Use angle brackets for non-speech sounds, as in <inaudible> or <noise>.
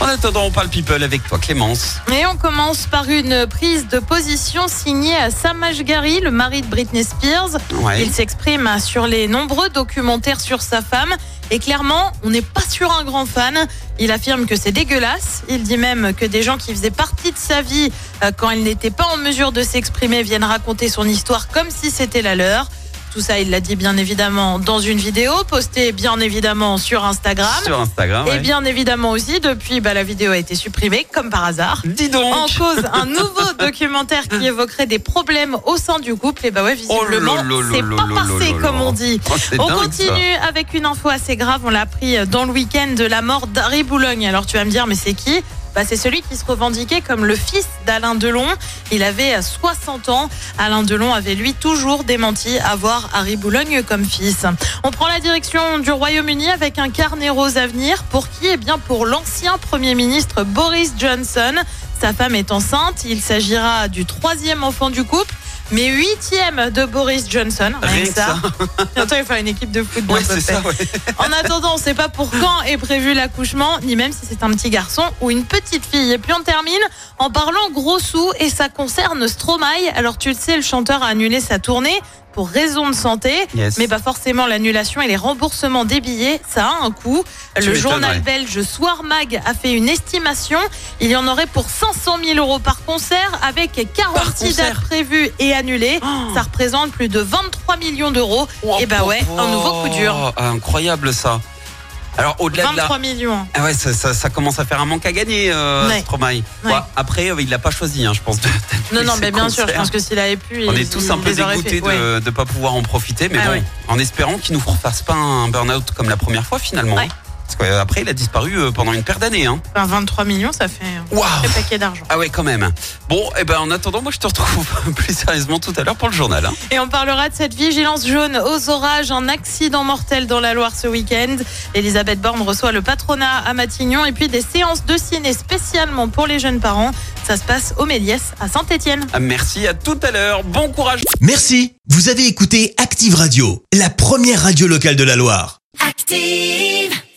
En attendant, on parle people avec toi, Clémence. Et on commence par une prise de position signée à Sam Ashgari, le mari de Britney Spears. Ouais. Il s'exprime sur les nombreux documentaires sur sa femme. Et clairement, on n'est pas sur un grand fan. Il affirme que c'est dégueulasse. Il dit même que des gens qui faisaient partie de sa vie euh, quand elle n'était pas en mesure de s'exprimer viennent raconter son histoire comme si c'était la leur. Tout ça, il l'a dit bien évidemment dans une vidéo postée bien évidemment sur Instagram. Sur Instagram. Et ouais. Eh bien évidemment aussi, depuis, bah, la vidéo a été supprimée, comme par hasard. Dis En donc. cause, un nouveau documentaire qui évoquerait des problèmes au sein du couple. Et bah ouais, Oh là visiblement, là là c'est là pas là passé, là là. comme on dit. <laughs> Oh, c'est On dingue, continue avec une info assez grave. On l'a appris dans le week-end de la mort d'Harry Boulogne. Alors tu vas me dire, mais c'est qui bah, c'est celui qui se revendiquait comme le fils d'Alain Delon. Il avait 60 ans. Alain Delon avait lui toujours démenti avoir Harry Boulogne comme fils. On prend la direction du Royaume-Uni avec un carnet rose à venir. Pour qui Eh bien pour l'ancien Premier ministre Boris Johnson. Sa femme est enceinte. Il s'agira du troisième enfant du couple, mais huitième de Boris Johnson. ça. Rien que ça. Bientôt, il va faire une équipe de foot. bien Ouais, c'est peuplée. ça, ouais. En attendant, on ne sait pas pour quand est prévu l'accouchement, ni même si c'est un petit garçon ou une petite fille. Et puis on termine en parlant gros sous, et ça concerne Stromae. Alors tu le sais, le chanteur a annulé sa tournée pour raison de santé. Yes. Mais bah, pas forcément l'annulation et les remboursements des billets, ça a un coût. Tu le m'étonnes, ouais. journal belge Soir Mag a fait une estimation. Il y en aurait pour 500 000 euros par concert, avec 46 concert. dates prévues et annulées. Oh, Ça représente plus de 23 millions d'euros. et bah ouais, un nouveau coup dur. Oh, incroyable ça. Alors au-delà de la. 23 millions. Ah ouais, ça, ça- ça commence à faire un manque à gagner, euh, Ouais. Stromae. Ouais. Ouais, après, euh, il l'a pas choisi, hein, je <laughs> pense. de- de- Non, non, ses mais bien sûr, je concerts. pense que s'il avait pu. On il- est tous un il peu les aurait dégoûtés fait. Ouais. de ne pas pouvoir en profiter, mais Ah bon, ouais. en espérant qu'il nous fasse pas un burn-out comme la première fois finalement. hein. Ouais. Parce qu'après, il a disparu euh, pendant une paire d'années. Hein. Enfin, 23 millions, ça fait Waouh un sacré paquet d'argent. Ah ouais, quand même. Bon, et ben en attendant, moi je te retrouve <laughs> plus sérieusement tout à l'heure pour le journal. hein. Et on parlera de cette vigilance jaune aux orages, un accident mortel dans la Loire ce week-end. Elisabeth Borne reçoit le patronat à Matignon et puis des séances de ciné spécialement pour les jeunes parents. Ça se passe au Méliès à Saint-Étienne. Ah, Merci, à tout à l'heure. Bon courage. Merci, vous avez écouté Active Radio, la première radio locale de la Loire. active.